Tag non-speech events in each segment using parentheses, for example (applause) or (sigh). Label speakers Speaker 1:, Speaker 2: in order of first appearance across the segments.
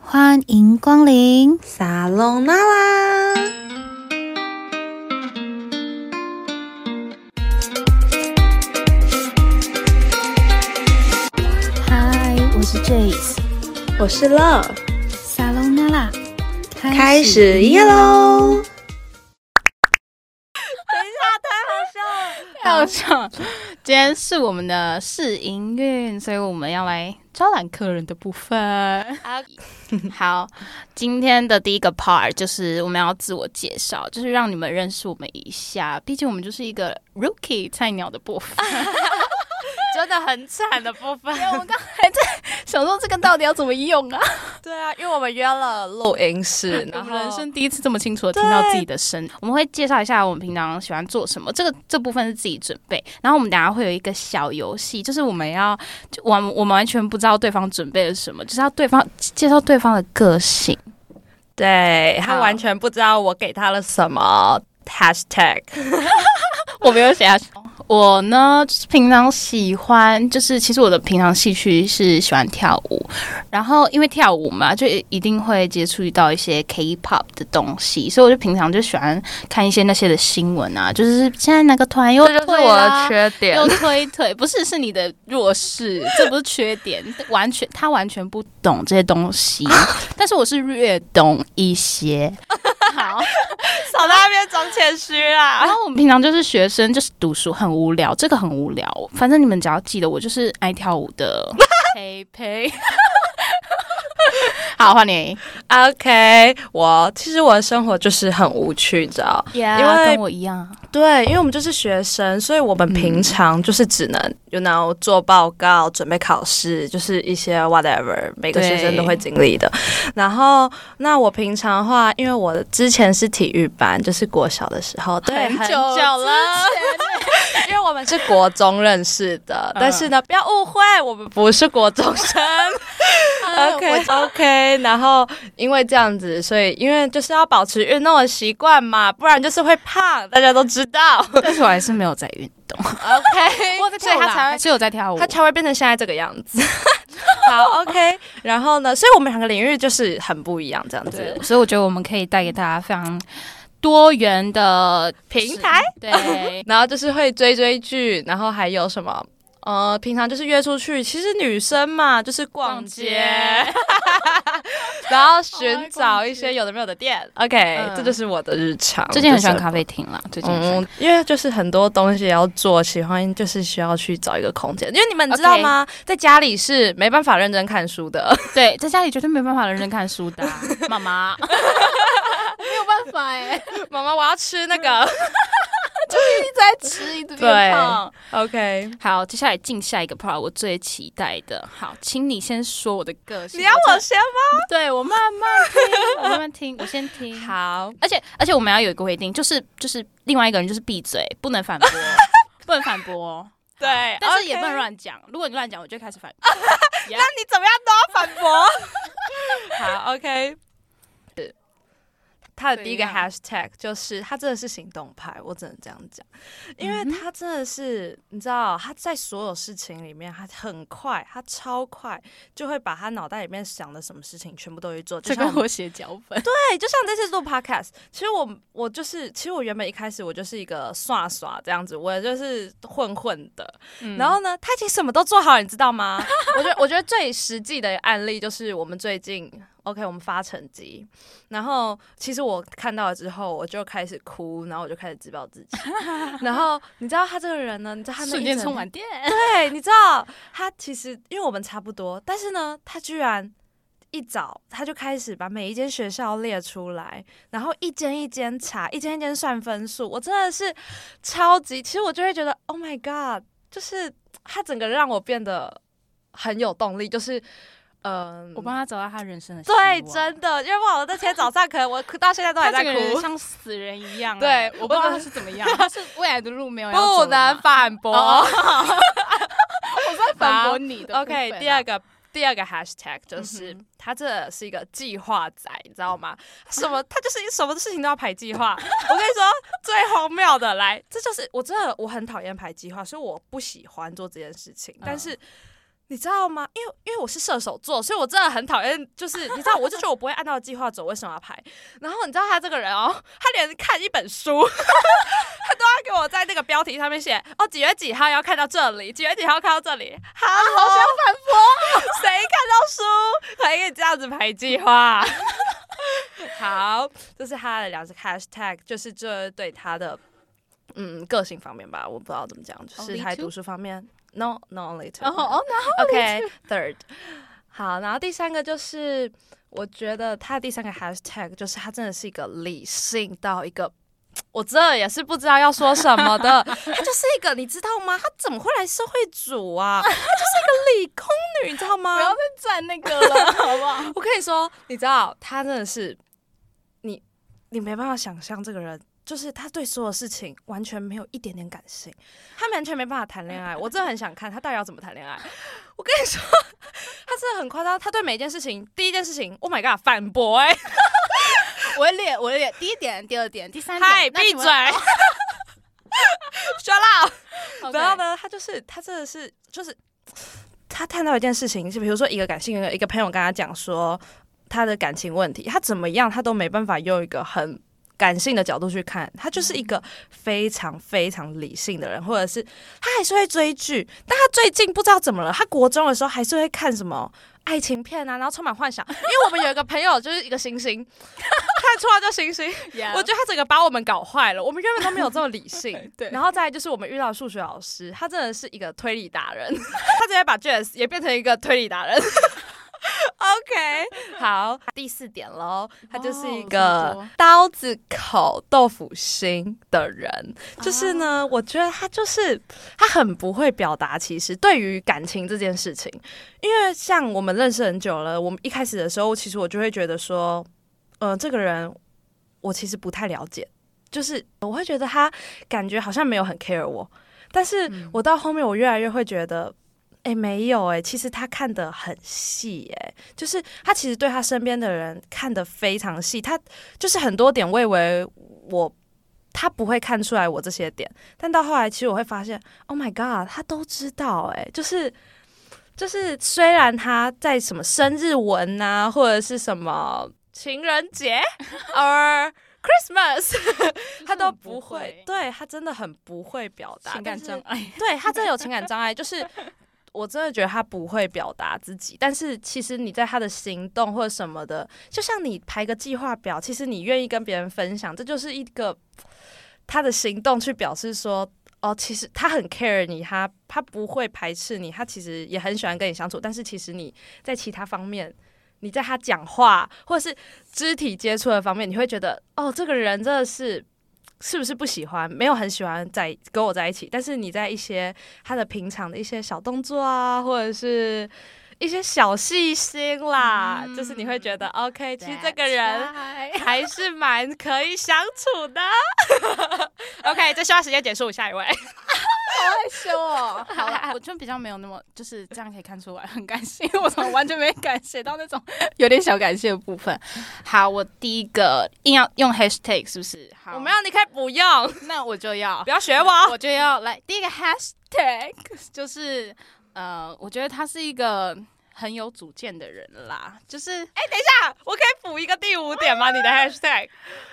Speaker 1: 欢迎光临。
Speaker 2: 撒隆那拉，
Speaker 1: 嗨，我是 Jace，
Speaker 2: 我是 Love，
Speaker 1: 撒隆那拉，
Speaker 2: 开始夜喽！
Speaker 3: 到场，今天是我们的试营运，所以我们要来招揽客人的部分。 (laughs) 好，今天的第一个 part 就是我们要自我介绍，就是让你们认识我们一下。毕竟我们就是一个 rookie 菜鸟的部分。 (laughs)
Speaker 4: 真的很惨的部分。
Speaker 3: 我刚才在想说这个到底要怎么用 (laughs) 啊？
Speaker 4: 对啊，因为我们约了录音
Speaker 3: (laughs)
Speaker 4: 室，
Speaker 3: 我
Speaker 4: 然后
Speaker 3: 们人生第一次这么清楚的听到自己的声，我们会介绍一下我们平常喜欢做什么，这个这部分是自己准备。然后我们等一下会有一个小游戏，就是我们要就我们我们完全不知道对方准备了什么，就是要对方介绍对方的个性。
Speaker 4: 对他
Speaker 3: 好
Speaker 4: 完全不知道我给他了什么 hashtag。
Speaker 3: 我没有写下去。我呢，就是平常喜欢，就是其实我的平常兴趣是喜欢跳舞，然后因为跳舞嘛，就一定会接触到一些 K-pop 的东西，所以我就平常就喜欢看一些那些的新闻啊，就是现在哪个团又
Speaker 4: 这就是
Speaker 3: 退啊
Speaker 4: 我的
Speaker 3: 啦，
Speaker 4: 缺点
Speaker 3: 又。推腿，不是是你的弱势，这不是缺点，完全他完全不懂这些东西，但是我是略懂一些。好，
Speaker 4: 少在那边装谦虚啊
Speaker 3: 然
Speaker 4: 啦。
Speaker 3: 后我们平常就是学生，就是读书很无聊，这个很无聊。反正你们只要记得，我就是爱跳舞
Speaker 4: (laughs)
Speaker 3: 的呸呸。好，换你
Speaker 4: OK，我其实我的生活就是很无趣，你知道？因为
Speaker 3: 跟我一样啊，
Speaker 4: 对，因为我们就是学生，所以我们平常就是只能、you know 做报告、准备考试，就是一些 whatever，每个学生都会经历的。然后，那我平常的话，因为我之前是体育班，就是国小的时候，对，很久了， (laughs) 因为我们是国中认识的。但是呢，不要误会，我们不是国中 (laughs) 生。OK OK，然后因为这样子，所以因为就是要保持运动的习惯嘛，不然就是会胖，大家都知道。
Speaker 3: 但是我还是没有在运动，
Speaker 4: OK，所以他才
Speaker 3: 还
Speaker 4: 会
Speaker 3: 是有在跳舞
Speaker 4: 他。才会变成现在这个样子。 (laughs) 好，OK，然后呢，所以我们两个领域就是很不一样，这样
Speaker 3: 对
Speaker 4: 子。
Speaker 3: 所以我觉得我们可以带给大家非常多元的
Speaker 4: 平台，。
Speaker 3: 对
Speaker 4: 然后就是会追追剧，然后还有什么？呃，平常就是约出去，其实女生嘛，就是 (laughs) 逛街， (laughs) Oh 然后寻找一些有的没有的店。OK，、
Speaker 3: 嗯
Speaker 4: 这就是我的日常。
Speaker 3: 最近很喜欢
Speaker 4: 就是
Speaker 3: 咖啡厅啦，最近很喜欢
Speaker 4: 嗯，因为就是很多东西要做，喜欢就是需要去找一个空间，因为你们知道吗在家里是没办法认真看书的。
Speaker 3: 对，在家里绝对没办法认真看书的啊、 (laughs) 妈妈。我没有办法哎、
Speaker 4: 妈妈，我要吃那
Speaker 3: (laughs)
Speaker 4: 个。
Speaker 3: 一直在吃，一直
Speaker 4: 对
Speaker 3: 变胖。
Speaker 4: OK，
Speaker 3: 好，接下来进下一个 part，我最期待的。好，请你先说我的个性。
Speaker 4: 你要我先吗？
Speaker 3: 真的对我慢慢听，我慢慢听，我先听。
Speaker 4: 好，
Speaker 3: 而且而且我们要有一个规定，就是就是另外一个人就是闭嘴，不能
Speaker 4: (laughs)
Speaker 3: 反驳，不能反驳，
Speaker 4: 对，
Speaker 3: 但是也不
Speaker 4: OK 啊
Speaker 3: 能。乱讲。如果你乱讲，我就开始反驳。
Speaker 4: 那你怎么样都要反驳。
Speaker 3: (laughs)
Speaker 4: 好，OK。他的第一个
Speaker 3: 怎样
Speaker 4: hashtag 就是他真的是行动派，我只能这样讲，因
Speaker 3: 嗯
Speaker 4: 为他真的是你知道他在所有事情里面，他很快，他超快就会把他脑袋里面想的什么事情全部都去做，就
Speaker 3: 这
Speaker 4: 像
Speaker 3: 跟我写脚本，
Speaker 4: 对，就像这次录 podcast，其实我我就是，其实我原本一开始我就是一个耍耍这样子，我就是混混的。
Speaker 3: 嗯
Speaker 4: 然后呢，他已经什么都做好了，你知道吗？ (laughs) 我觉得我觉得最实际的案例就是我们最近 OK，我们发成绩，然后其实我看到了之后，我就开始哭，然后我就开始自暴自弃。 (laughs) 然后你知道他这个人呢，你知道他那
Speaker 3: 瞬
Speaker 4: 一
Speaker 3: 间
Speaker 4: 整
Speaker 3: 充满
Speaker 4: (laughs)
Speaker 3: 电。
Speaker 4: 对，你知道他其实因为我们差不多，但是呢，他居然一早他就开始把每一间学校列出来，然后一间一间查，一间一间算分数。我真的是超级，其实我就会觉得，Oh my God，就是他整个让我变得很有动力，就是嗯、
Speaker 3: 我帮他找到他人生的希
Speaker 4: 对，
Speaker 3: 望
Speaker 4: 真的，因为我那天早上可能我哭到现在都还
Speaker 3: 他
Speaker 4: 在
Speaker 3: 这个人
Speaker 4: 哭。 (laughs)
Speaker 3: 像死人一样
Speaker 4: 对
Speaker 3: 欸。我不知
Speaker 4: 我
Speaker 3: 道他
Speaker 4: (laughs)
Speaker 3: 是怎么样，他是未来的路没有要
Speaker 4: 不
Speaker 3: 走的
Speaker 4: 能
Speaker 3: 吗
Speaker 4: 反驳。 (laughs)
Speaker 3: 哦我在反
Speaker 4: 好
Speaker 3: 驳你的部分啊。
Speaker 4: OK，第二个第二个 hashtag 就是、
Speaker 3: 嗯哼
Speaker 4: 他这是一个计划仔，你知道吗？什么他就是什么事情都要排计划。我跟你说，最荒谬的
Speaker 3: 嗯
Speaker 4: 来，这就是我真的我很讨厌排计划，所以我不喜欢做这件事情。但是你知道吗？因为因为我是射手座，所以我真的很讨厌，就是你知道，我就觉得我不会按照计划走，为什么要排？然后你知道他这个人哦，他连看一本书， (laughs) 他都要给我在那个标题上面写哦几月几号要看到这里，几月几号看到这里。哈，啊好想反驳， (laughs) 谁看到书还可以这样子排计划？ (laughs) 好，这是他的两只 hashtag，就是这对他的嗯个性方面吧，我不知道怎么讲，就是
Speaker 3: Only
Speaker 4: 他
Speaker 3: two？
Speaker 4: 读书方面，no no only two，
Speaker 3: 哦哦，那 (laughs)
Speaker 4: OK third，好，然后第三个就是，我觉得他的第三个 hashtag 就是他真的是一个理性到一个，我这也是不知道要说什么的，他就是一个你知道吗？他怎么会来社会主啊？他就是一个理工女，你知道
Speaker 3: (laughs)
Speaker 4: 吗？
Speaker 3: 不要再站那个
Speaker 4: (laughs)
Speaker 3: 了，好不好？
Speaker 4: 我跟你说，你知道他真的是你，你没办法想象这个人，就是他对所有事情完全没有一点点感性，他完全没办法谈恋
Speaker 3: (laughs)
Speaker 4: 爱。我真的很想看他到底要怎么谈恋爱。我跟你说，他真的很夸张，他对每一件事情，第一件事情，Oh my god，反驳、欸，
Speaker 3: 我的脸，我的脸，第一点，第二点，第三点，
Speaker 4: 嗨，
Speaker 3: 那
Speaker 4: 闭
Speaker 3: 请
Speaker 4: 嘴
Speaker 3: 问。
Speaker 4: ，shut up。
Speaker 3: OK
Speaker 4: 然后呢，他就是他真的是就是他看到一件事情，就比如说一个感性的一个朋友跟他讲说他的感情问题，他怎么样他都没办法用一个很感性的角度去看，他就是一个非常非常理性的人，或者是他还是会追剧，但他最近不知道怎么了，他国中的时候还是会看什么。爱情片啊，然后充满幻想，因为我们有一个朋友就是一个星星， (laughs) 他绰号叫星星，
Speaker 3: Yeah。
Speaker 4: 我觉得他整个把我们搞坏了，我们原本都没有这么理性
Speaker 3: 对
Speaker 4: 然后再来就是我们遇到数学老师，他真的是一个推理达人，他直接把卷也变成一个推理达人。OK，好，第四点喽，他就是一
Speaker 3: 哇这么
Speaker 4: 个
Speaker 3: 多
Speaker 4: 刀子口豆腐心的人，就是呢，我觉得他就是他很不会表达。其实对于感情这件事情，因为像我们认识很久了，我们一开始的时候，其实我就会觉得说，呃，这个人我其实不太了解，就是我会觉得他感觉好像没有很 care 我，但是我到后面我越来越会觉得。哎、没有哎、其实他看得很细哎、就是他其实对他身边的人看得非常细，他就是很多点，我以为我他不会看出来我这些点，但到后来其实我会发现，Oh my god，他都知道哎、就是就是虽然他在什么生日文啊，或者是什么情人节 (laughs) ，or Christmas，他都不
Speaker 3: 不会
Speaker 4: 会，对他真的很不会表达
Speaker 3: 情感障
Speaker 4: 碍。
Speaker 3: 碍，
Speaker 4: 对他真的有情感障碍，就是我真的觉得他不会表达自己，但是其实你在他的行动或者什么的，就像你排个计划表，其实你愿意跟别人分享，这就是一个他的行动去表示说。哦，其实他很 care 你，他他不会排斥你，他其实也很喜欢跟你相处。但是其实你在其他方面，你在他讲话或者是肢体接触的方面，你会觉得哦，这个人真的是是不是不喜欢，没有很喜欢在跟我在一起，但是你在一些他的平常的一些小动作啊，或者是一些小细心啦，
Speaker 3: 嗯
Speaker 4: 就是你会觉得 OK，其实这个人
Speaker 3: That's right
Speaker 4: 还是蛮可以相处的。OK，这需要时间结束，下一位。
Speaker 3: 哦
Speaker 4: (laughs)
Speaker 3: 好啦，我就比较没有那么，就是这样可以看出来很感性， (laughs) 我怎么完全没感谢到那种有点小感谢的部分。好，我第一个硬要用 hashtag 是不是？好，
Speaker 4: 我们要，你可以不用，
Speaker 3: 那我就要
Speaker 4: 不，要学
Speaker 3: 我
Speaker 4: 我。
Speaker 3: 就要来第一个 hashtag (laughs) 就是呃，我觉得他是一个很有主见的人啦，就是
Speaker 4: 哎、等一下，我可以补一个第五点吗？你的 hashtag，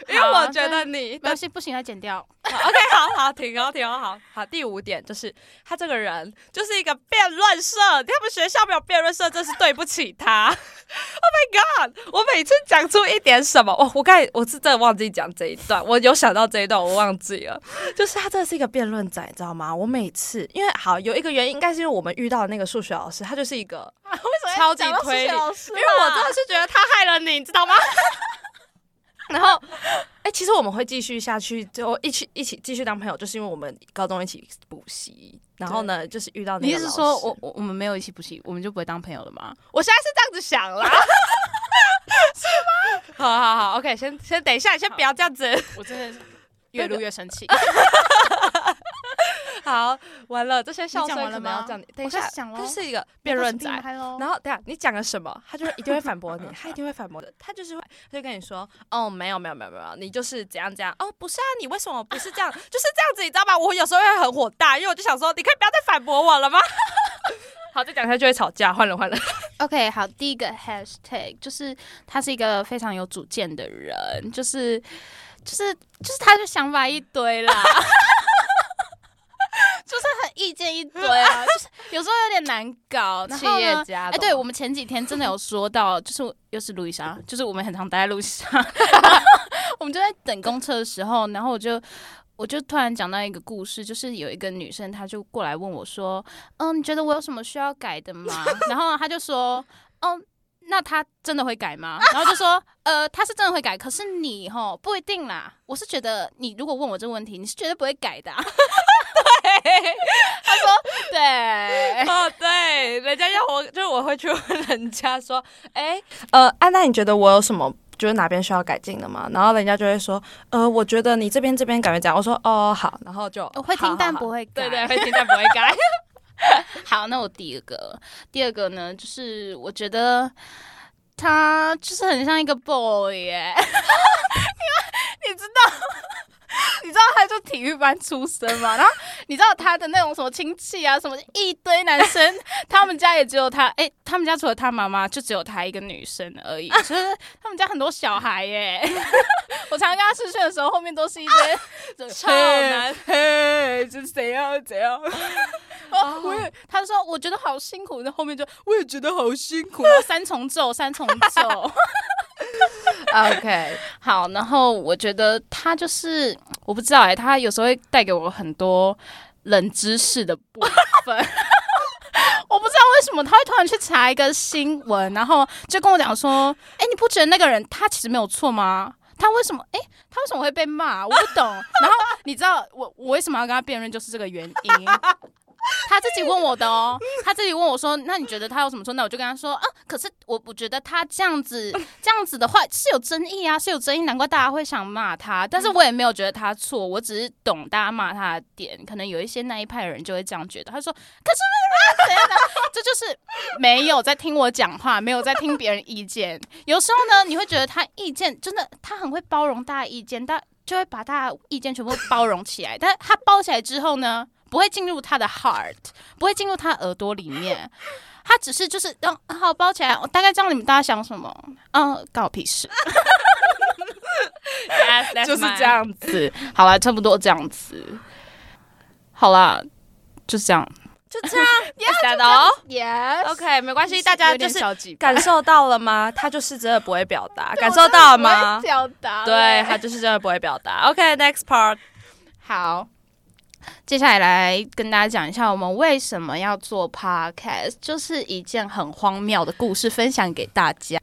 Speaker 4: 因
Speaker 3: (laughs)
Speaker 4: 为
Speaker 3: 好啊
Speaker 4: 我觉得你
Speaker 3: 没
Speaker 4: 的
Speaker 3: 关系，不行要剪掉。
Speaker 4: OK，好好停哦，停哦，好好。第五点就是他这个人就是一个辩论社，他们学校没有辩论社，真是对不起他。Oh my god！我每次讲出一点什么，哦我我刚才我是真的忘记讲这一段，我有想到这一段，我忘记了。就是他真的是一个辩论仔，你知道吗？我每次因为好有一个原因，应该是因为我们遇到的那个数学老师，他就是一个
Speaker 3: 为
Speaker 4: 超级推理，因为我真的是觉得他害了你，你知道吗？ (laughs) 然后，哎、其实我们会继续下去，就一起一起继续当朋友，就是因为我们高中一起补习，然后呢，就是遇到那
Speaker 3: 你
Speaker 4: 个
Speaker 3: 是
Speaker 4: 老
Speaker 3: 说
Speaker 4: 师
Speaker 3: 我我我们没有一起补习，我们就不会当朋友了吗？
Speaker 4: 我现在是这样子想 (laughs) 啦，是吗？好好好，OK，先先等一下，你先不要这样子。 (laughs)
Speaker 3: 我真的是越录越生气。
Speaker 4: 好，完了，这些笑
Speaker 3: 你
Speaker 4: 声
Speaker 3: 讲
Speaker 4: 可
Speaker 3: 完了
Speaker 4: 能要
Speaker 3: 吗
Speaker 4: 这样，等一
Speaker 3: 我
Speaker 4: 下
Speaker 3: 开始，讲
Speaker 4: 他
Speaker 3: 咯
Speaker 4: 是一个辩
Speaker 3: 辩
Speaker 4: 论
Speaker 3: 论
Speaker 4: 仔
Speaker 3: 仔。，
Speaker 4: 然后等一下你讲了什么，他就会一定会反驳你，他一定会反驳的，他就是会他就跟你说，哦，没有没有没有没有，你就是怎样怎样，哦，不是啊，你为什么不是这样， (laughs) 就是这样子，你知道吗？我有时候会很火大，因为我就想说，你可以不要再反驳我了吗？ (laughs) 好，再讲下去就会吵架，换了换了。
Speaker 3: (laughs) OK，好，第一个 hashtag 就是他是一个非常有主见的人，就是就是就是他的想法一堆啦， (laughs) 就是很意见一堆啊，就是有时候有点难搞。然后呢
Speaker 4: 家
Speaker 3: 哎、
Speaker 4: 哎，
Speaker 3: 对
Speaker 4: 对，
Speaker 3: 我
Speaker 4: 我
Speaker 3: 们前几天真的有说到，就是又是路易莎，就是我们很常待在路易莎，然后我们就在等公车的时候，然后我就。我就突然讲到一个故事，就是有一个女生，她就过来问我说：“嗯，你觉得我有什么需要改的吗？”然后呢她就说：“嗯，那她真的会改吗？”然后就说：“呃，她是真的会改，可是你吼不一定啦。我是觉得你如果问我这个问题，你是绝对不会改的、啊。” (laughs) 对，她说：“对，
Speaker 4: 哦，对，人家要我，就是我会去问人家说，哎，呃，安娜，你觉得我有什么？就是哪边需要改进的吗？然后人家就会说，呃，我觉得你这边这边感觉怎样？我说，哦，好，然后就
Speaker 3: 我会
Speaker 4: 好
Speaker 3: 听
Speaker 4: 好
Speaker 3: 但
Speaker 4: 好
Speaker 3: 不会改。
Speaker 4: 对对，会听但不会改。 (laughs)
Speaker 3: 好，那我第二个，第二个呢，就是我觉得他就是很像一个 boy 耶， (laughs) 因为你知道， (laughs) 你知道他就体育班出身嘛，然后你知道他的那种什么亲戚啊，什么一堆男生，他们家也只有他，哎、他们家除了他妈妈，就只有他一个女生而已，就是他们家很多小孩耶。 (laughs) 我常常跟他试训的时候，后面都是一 (laughs) 堆
Speaker 4: 超难
Speaker 3: 嘿，嘿就是怎样怎样。 (laughs) 哦，我也，他说我觉得好辛苦，那后面就我也觉得好辛苦，然后三重奏，三重奏。
Speaker 4: (laughs) OK，
Speaker 3: 好，然后我觉得他就是我不知道哎、他有时候会带给我很多冷知识的部分。 (laughs) 我不知道为什么他会突然去查一个新闻，然后就跟我讲说：“哎、你不觉得那个人他其实没有错吗？他为什么？哎、他为什么会被骂？我不懂。”然后你知道我我为什么要跟他辩论，就是这个原因。他自己问我的哦，他自己问我说：“那你觉得他有什么错？”那我就跟他说：“啊，可是我我觉得他这样子 (laughs) 这样子的话是有争议啊，是有争议，难怪大家会想骂他。但是我也没有觉得他错，我只是懂大家骂他的点，可能有一些那一派的人就会这样觉得。他说：“可是那个人怎样的？”这就是没有在听我讲话，没有在听别人意见。有时候呢，你会觉得他意见真的，他很会包容大家意见，但就会把大家意见全部包容起来。但他包起来之后呢，不会进入他的 heart，不会进入他耳朵里面。他只是就是让、嗯、好包起来，我大概知道你们大家想什么。嗯，搞屁事， (laughs) 就是这。样子。好啦，差不多这样子。好啦，就是这样。
Speaker 4: 就这样，大家都
Speaker 3: Yes，
Speaker 4: OK，没关系，大家哎就是
Speaker 3: 小几
Speaker 4: 感受到了吗？他就是真的不会表达，感受到了吗？
Speaker 3: 表达
Speaker 4: 对，他就是真的不会表达。OK，next part，
Speaker 3: 好，接下来来跟大家讲一下我们为什么要做 podcast，就是一件很荒谬的故事分享给大家。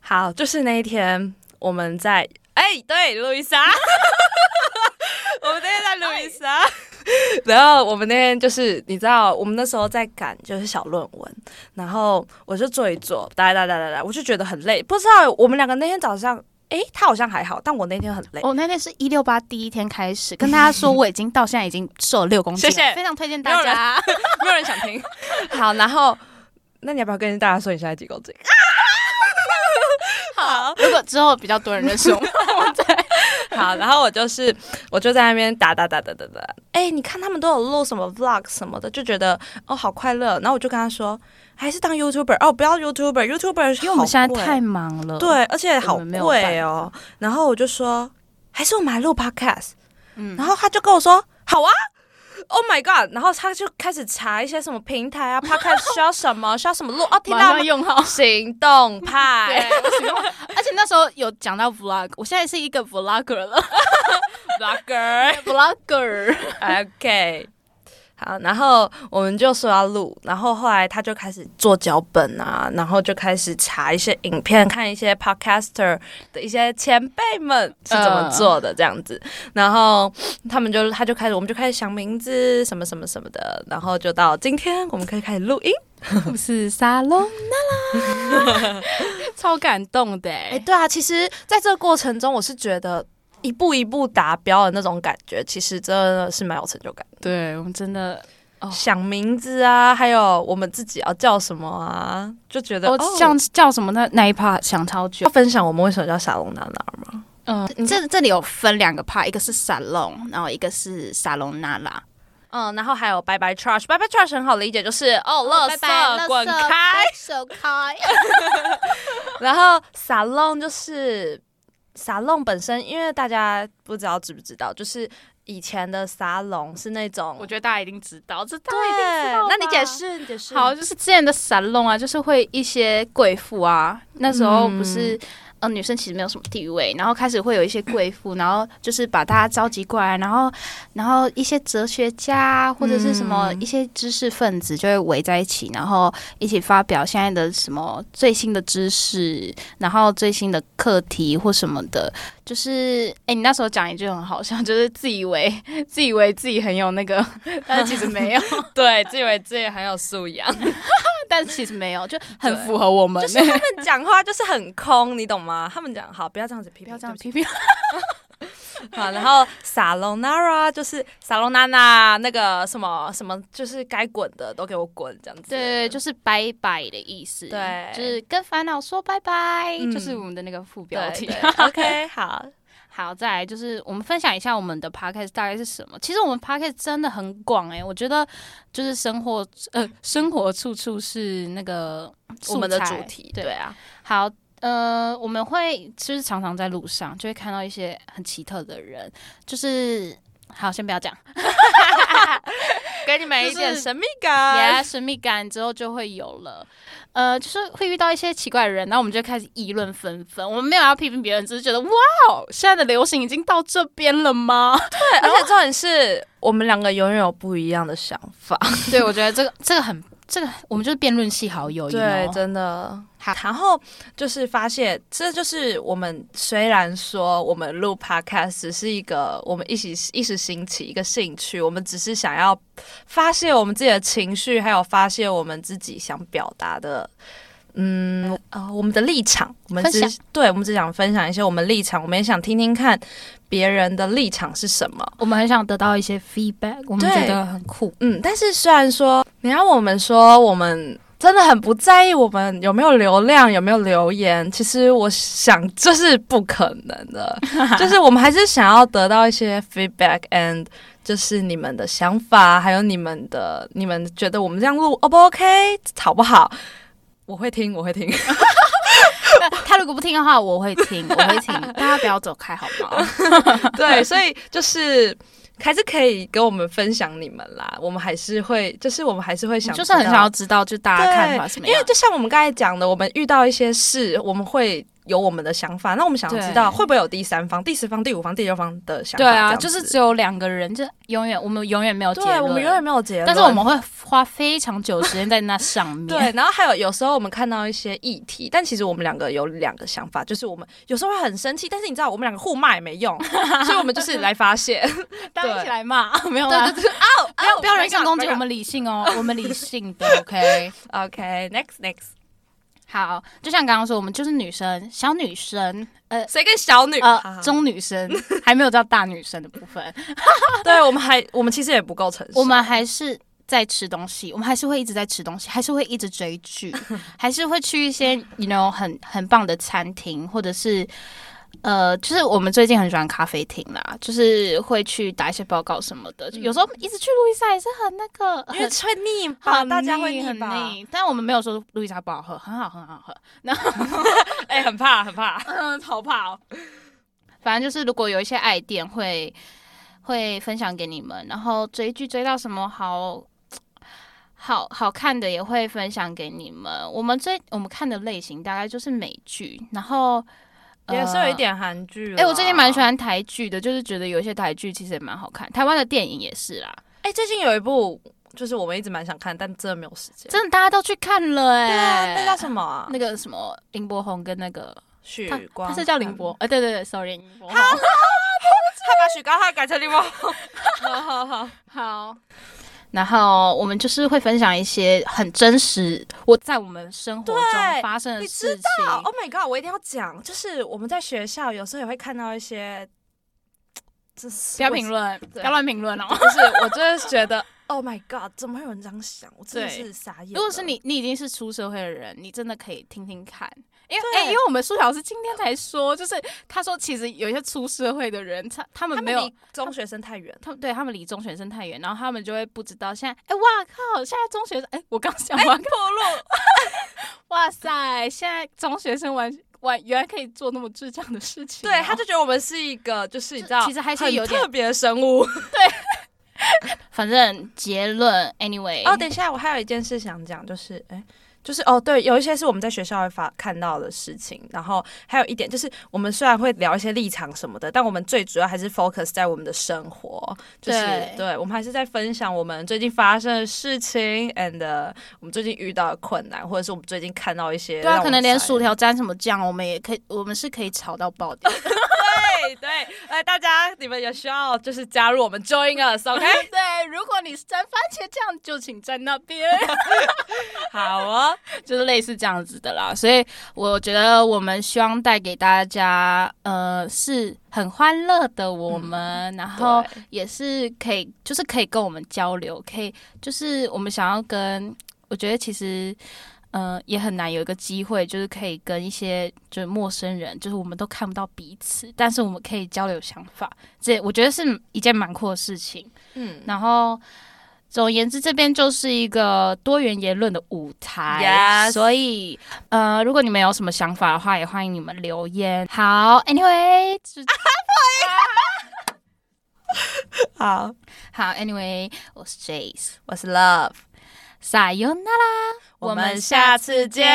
Speaker 4: 好，就是那一天我们在，哎，对，路易
Speaker 3: (laughs)
Speaker 4: 莎， (laughs) 我们那天在路易莎。 (laughs) 然后我们那天就是，你知道，我们那时候在赶就是小论文，然后我就坐一坐，哒哒哒哒哒，我就觉得很累，不知道我们两个那天早上，诶，他好像还好，但我那天很累，
Speaker 3: 我、哎哦那天是一六八第一天开始，跟大家说我已经到现在已经瘦了六公斤了，
Speaker 4: 谢谢
Speaker 3: 非常推荐
Speaker 4: 没
Speaker 3: 大
Speaker 4: 有人
Speaker 3: 家。
Speaker 4: 没有人想听。 (laughs) 好，然后那你要不要跟大家说你现在几公斤？
Speaker 3: (laughs)
Speaker 4: (laughs)
Speaker 3: 好，如果之后比较多人认识我们，
Speaker 4: 好，然后我就是我就在那边打打打打打打，哎、你看他们都有录什么 vlog 什么的，就觉得哦好快乐。然后我就跟他说，还是当 YouTuber 哦，不要 YouTuber，YouTuber
Speaker 3: 因为我们现在太
Speaker 4: 好
Speaker 3: 忙了。
Speaker 4: 贵对，而且好
Speaker 3: 我们没有办法
Speaker 4: 贵哦。然后我就说，还是我们来录 podcast。
Speaker 3: 嗯，
Speaker 4: 然后他就跟我说，好啊。Oh my god！然后他就开始查一些什么平台啊，Podcast 需要什么，需要什么录哦，听
Speaker 3: 马
Speaker 4: 到
Speaker 3: 上
Speaker 4: 吗？
Speaker 3: 用好。 (laughs)
Speaker 4: 行动派
Speaker 3: 而且那时候有讲到 vlog，我现在是一个 vlogger 了
Speaker 4: vlogger。
Speaker 3: (laughs) ，vlogger。
Speaker 4: OK，好，然后我们就说要录，然后后来他就开始做脚本啊，然后就开始查一些影片，看一些 podcaster 的一些前辈们是怎么做的这样子，然后他们就他就开始，我们就开始想名字什么什么什么的，然后就到今天我们可以开始录音。
Speaker 3: 我是沙龙娜 (laughs) 啦，超感动的、
Speaker 4: 哎哎、对啊，其实在这个过程中，我是觉得一步一步达标的那种感觉，其实真的是蛮有成就感的。
Speaker 3: 对我们真的哦
Speaker 4: 想名字啊，还有我们自己要叫什么啊，就觉得
Speaker 3: 哦，像叫什么那那一 part 想超久
Speaker 4: 要。分享我们为什么叫沙龙娜娜吗？
Speaker 3: 嗯，这这里有分两个 part，一个是沙龙，然后一个是沙龙娜拉。
Speaker 4: 嗯，然后还有拜拜 trash，拜拜 trash 很好理解，就是哦，乐
Speaker 3: 拜
Speaker 4: 色
Speaker 3: 拜
Speaker 4: 滚
Speaker 3: 垃圾 (laughs)
Speaker 4: 开，
Speaker 3: 手开。
Speaker 4: 然后 salon 就是 salon 本身，因为大家不知道知不知道，就是以前的 salon 是那种
Speaker 3: 我觉得大家一定知道，这大
Speaker 4: 对
Speaker 3: 家一定知道吧。
Speaker 4: 那你解释，你解释
Speaker 3: 好，就是之前的沙龙啊，就是会一些贵妇啊，那时候不
Speaker 4: 嗯
Speaker 3: 是、呃女生其实没有什么地位，然后开始会有一些贵妇，然后就是把大家召集过来，然后然后一些哲学家啊或者是什么
Speaker 4: 嗯
Speaker 3: 一些知识分子就会围在一起，然后一起发表现在的什么最新的知识，然后最新的课题或什么的，就是哎、你那时候讲一句很好笑， (laughs) 就是自以为自以为自己很有那个，但是其实没有。
Speaker 4: 对，自以为自己很有素养，
Speaker 3: 但其实没有，就很
Speaker 4: 对
Speaker 3: 符合我们、
Speaker 4: (laughs)
Speaker 3: 欸
Speaker 4: 就是他们讲话就是很空，你懂吗？他们讲好， (laughs) 不要这样子批评，
Speaker 3: 不要这样批评。
Speaker 4: 对不起好。然后 salonara 就是 salonana 那个什么什么，就是该滚的都给我滚，这样子。
Speaker 3: 对，就是拜拜的意思。
Speaker 4: 对
Speaker 3: 就是跟烦恼说拜拜，
Speaker 4: 嗯
Speaker 3: 就是我们的那个副标
Speaker 4: 标
Speaker 3: 题
Speaker 4: 题。OK，好，
Speaker 3: (laughs) 好，再来就是我们分享一下我们的 podcast 大概是什么。其实我们 podcast 真的很广哎、我觉得就是生活呃生活处处是那个
Speaker 4: 我们的
Speaker 3: 素
Speaker 4: 主
Speaker 3: 材
Speaker 4: 题，
Speaker 3: 对
Speaker 4: 对啊。
Speaker 3: 好，呃，我们会就是常常在路上就会看到一些很奇特的人，就是好，先不要讲。 (laughs)
Speaker 4: 给你们一点
Speaker 3: 就是
Speaker 4: 神秘
Speaker 3: 也
Speaker 4: 感。
Speaker 3: 神秘感之后就会有了，呃，就是会遇到一些奇怪的人，然后我们就开始议论纷纷。我们没有要批评别人，只是觉得哇哦，现在的流行已经到这边了吗？ (laughs)
Speaker 4: 对，而且重点是我们两个永远有不一样的想法。
Speaker 3: 对，我觉得这个这个很这个，我们就是辩论系好友，
Speaker 4: 对，真的。然后就是发现，这就是我们虽然说我们录 podcast 只是一个我们一起一时兴起一个兴趣，我们只是想要发泄我们自己的情绪，还有发泄我们自己想表达的。嗯呃，我们的立场，我们只
Speaker 3: 分
Speaker 4: 对，我们只想分享一些我们立场，我们也想听听看别人的立场是什么。
Speaker 3: 我们很想得到一些 feedback，我们
Speaker 4: 对
Speaker 3: 觉得很酷。
Speaker 4: 嗯，但是虽然说你让我们说我们真的很不在意我们有没有流量、有没有留言，其实我想这是不可能
Speaker 3: (laughs)
Speaker 4: 的，就是我们还是想要得到一些 feedback and。就是你们的想法，还有你们的，你们觉得我们这样录 O 不 OK，好不好？我会听，我会听。 (laughs)
Speaker 3: 他如果不听的话，我会 (laughs) 听，我会听，大家不要走开好 (laughs) 吗？
Speaker 4: 对，所以就是还是可以跟我们分享你们啦。我们还是会，就是我们还是会想知道，
Speaker 3: 就是很想要知道，就大家
Speaker 4: 对
Speaker 3: 看法什么
Speaker 4: 因
Speaker 3: 样
Speaker 4: 为。就像我们刚才讲的，我们遇到一些事，我们会有我们的想法。那我们想要知道
Speaker 3: 对
Speaker 4: 会不会有第三方、第四方、第五方、第六方的想法？
Speaker 3: 对啊，
Speaker 4: 这
Speaker 3: 就
Speaker 4: 样子
Speaker 3: 是只有两个人，就永啊远我们永远没有结
Speaker 4: 对，啊
Speaker 3: 论，
Speaker 4: 我们永远没有结论。
Speaker 3: 但是我们会花非常久的时间在那上 (laughs) 面。
Speaker 4: 对，然后还有有时候我们看到一些议题，但其实我们两个有两个想法，就是我们有时候会很生气，但是你知道我们两个互骂也没 (laughs) 用，所以我们就是来发泄。
Speaker 3: 大家一起来骂，没有啊
Speaker 4: 对
Speaker 3: 啦
Speaker 4: 对。对， (laughs) 哦，
Speaker 3: 不要不要人
Speaker 4: 没事
Speaker 3: 身攻击，
Speaker 4: 没事
Speaker 3: 我们理性 (laughs) 哦，我们理性的 OK。
Speaker 4: OK，next next，
Speaker 3: 好，就像刚刚说，我们就是女生，小女生，呃
Speaker 4: 谁跟小女？好
Speaker 3: 呃
Speaker 4: 好，
Speaker 3: 中女生，还没有到大女生的部分，
Speaker 4: (laughs) 对我们还我们其实也不够成熟，
Speaker 3: 我们还是。在吃东西，我们还是会一直在吃东西，还是会一直追
Speaker 4: (laughs)
Speaker 3: 剧，还是会去一些 you know 很很棒的餐厅，或者是呃，就是我们最近很喜欢咖啡厅啦，就是会去打一些报告什么的。有时候一直去路易莎也是很那个，
Speaker 4: 因为
Speaker 3: 很
Speaker 4: 会腻吧，
Speaker 3: 很
Speaker 4: 大家会
Speaker 3: 腻很
Speaker 4: 吧？
Speaker 3: 腻，但我们没有说路易莎不好喝，很好很好喝，
Speaker 4: (laughs) 哎、很怕，很 (laughs) 怕。
Speaker 3: 嗯，好怕哦。反正就是如果有一些爱店会会分享给你们，然后追剧追到什么好好好看的也会分享给你们。我们追我们看的类型大概就是美剧，然后。
Speaker 4: 也是
Speaker 3: 呃
Speaker 4: 有一点啊韩剧啦。
Speaker 3: 哎、我最近蛮喜欢台剧的，就是觉得有一些台剧其实也蛮好看，台湾的电影也是啦，
Speaker 4: 哎、最近有一部，就是我们一直蛮想看，但真的没有时间。
Speaker 3: 真的大家都去看了哎、
Speaker 4: 对啊，那叫什么啊？
Speaker 3: 那个什么林柏宏跟那个
Speaker 4: 许
Speaker 3: 他
Speaker 4: 光汉，
Speaker 3: 他是叫林柏，哎、对对对，sorry，林柏宏。
Speaker 4: 他把许光汉改成林
Speaker 3: (laughs)
Speaker 4: 柏宏。好好好，
Speaker 3: 好。然后我们就是会分享一些很真实，我在我们生活中
Speaker 4: 对
Speaker 3: 发生的
Speaker 4: 你
Speaker 3: 事
Speaker 4: 知哦
Speaker 3: 情。
Speaker 4: 道？Oh my god！我一定要讲，就是我们在学校有时候也会看到一些这是
Speaker 3: 不要评，论，不要乱评论哦
Speaker 4: (laughs) 我。就是我就是觉得，Oh my God，怎么会有人这样想？我真的
Speaker 3: 对
Speaker 4: 是傻眼了。
Speaker 3: 如果是你，你已经是出社会的人，你真的可以听听看，因为
Speaker 4: 对
Speaker 3: 哎、因为我们苏老师今天才说，就是他说其实有一些出社会的人，他他们
Speaker 4: 他
Speaker 3: 没
Speaker 4: 们
Speaker 3: 有
Speaker 4: 离中学生太远了，
Speaker 3: 他们对他们离中学生太远，然后他们就会不知道现在，哎、哇靠，现在中学生，哎、我刚想完、
Speaker 4: 破路。
Speaker 3: 哇塞，现在中学生玩玩原来可以做那么智障的事情哦、
Speaker 4: 对，他就觉得我们是一个，就是你知道，
Speaker 3: 其实还是有
Speaker 4: 很
Speaker 3: 点
Speaker 4: 特别的生物。
Speaker 3: 反正结论，anyway，
Speaker 4: 哦，等一下，我还有一件事想讲，就是哎。就是哦，对，有一些是我们在学校会发看到的事情，然后还有一点就是，我们虽然会聊一些立场什么的，但我们最主要还是 focus 在我们的生活，就是
Speaker 3: 对
Speaker 4: 我们还是在分享我们最近发生的事情，and、我呃们最近遇到的困难，或者是我们最近看到一些
Speaker 3: 对啊，
Speaker 4: 让我们
Speaker 3: 可能连
Speaker 4: 傻眼
Speaker 3: 薯条沾什么酱，我们也可以，我们是可以吵到爆的。
Speaker 4: 对对，哎，大家你们也需要就是加入我们 join us，OK？、
Speaker 3: (laughs) (laughs) 对，如果你是沾番茄酱，就请站那边，
Speaker 4: 好哦，
Speaker 3: 就是类似这样子的啦。所以我觉得我们希望带给大家，呃，是很欢乐的我们，然后
Speaker 4: 对
Speaker 3: 也是可以，就是可以跟我们交流，可以，就是我们想要跟，我觉得其实。呃，也很难有一个机会，就是可以跟一些就是陌生人，就是我们都看不到彼此，但是我们可以交流想法，这我觉得是一件蛮酷的事情。
Speaker 4: 嗯，
Speaker 3: 然后，总而言之，这边就是一个多元言论的舞台。
Speaker 4: Yes
Speaker 3: 所以，呃，如果你们有什么想法的话，也欢迎你们留言。好，Anyway，就
Speaker 4: 好，
Speaker 3: (laughs) 好，Anyway，我是 Jace，
Speaker 4: 我是 Love，
Speaker 3: 撒由那拉，
Speaker 4: 我们下次见。